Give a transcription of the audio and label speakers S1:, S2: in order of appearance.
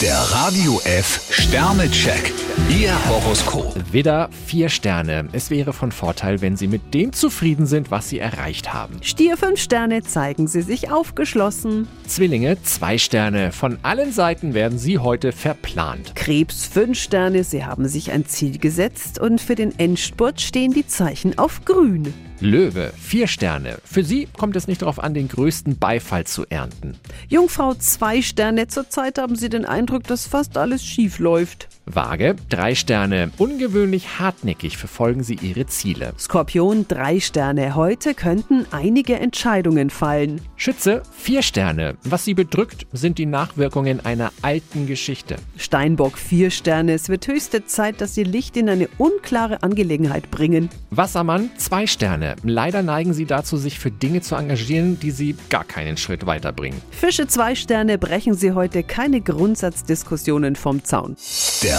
S1: Der Radio F Sternecheck. Ihr Horoskop.
S2: Widder, vier Sterne. Es wäre von Vorteil, wenn Sie mit dem zufrieden sind, was Sie erreicht haben.
S3: Stier 5 Sterne zeigen Sie sich aufgeschlossen.
S2: Zwillinge, zwei Sterne. Von allen Seiten werden Sie heute verplant.
S3: Krebs 5 Sterne, Sie haben sich ein Ziel gesetzt und für den Endspurt stehen die Zeichen auf grün.
S2: Löwe, vier Sterne. Für Sie kommt es nicht darauf an, den größten Beifall zu ernten.
S3: Jungfrau 2 Sterne, zurzeit haben Sie den Eindruck, dass fast alles schief läuft.
S2: Waage, drei Sterne. Ungewöhnlich hartnäckig verfolgen Sie Ihre Ziele.
S3: Skorpion 3 Sterne, heute könnten einige Entscheidungen fallen.
S2: Schütze, vier Sterne. Was Sie bedrückt, sind die Nachwirkungen einer alten Geschichte.
S3: Steinbock 4 Sterne, es wird höchste Zeit, dass Sie Licht in eine unklare Angelegenheit bringen.
S2: Wassermann, zwei Sterne. Leider neigen Sie dazu, sich für Dinge zu engagieren, die Sie gar keinen Schritt weiterbringen.
S3: Fische 2 Sterne, brechen Sie heute keine Grundsatzdiskussionen vom Zaun.
S1: Der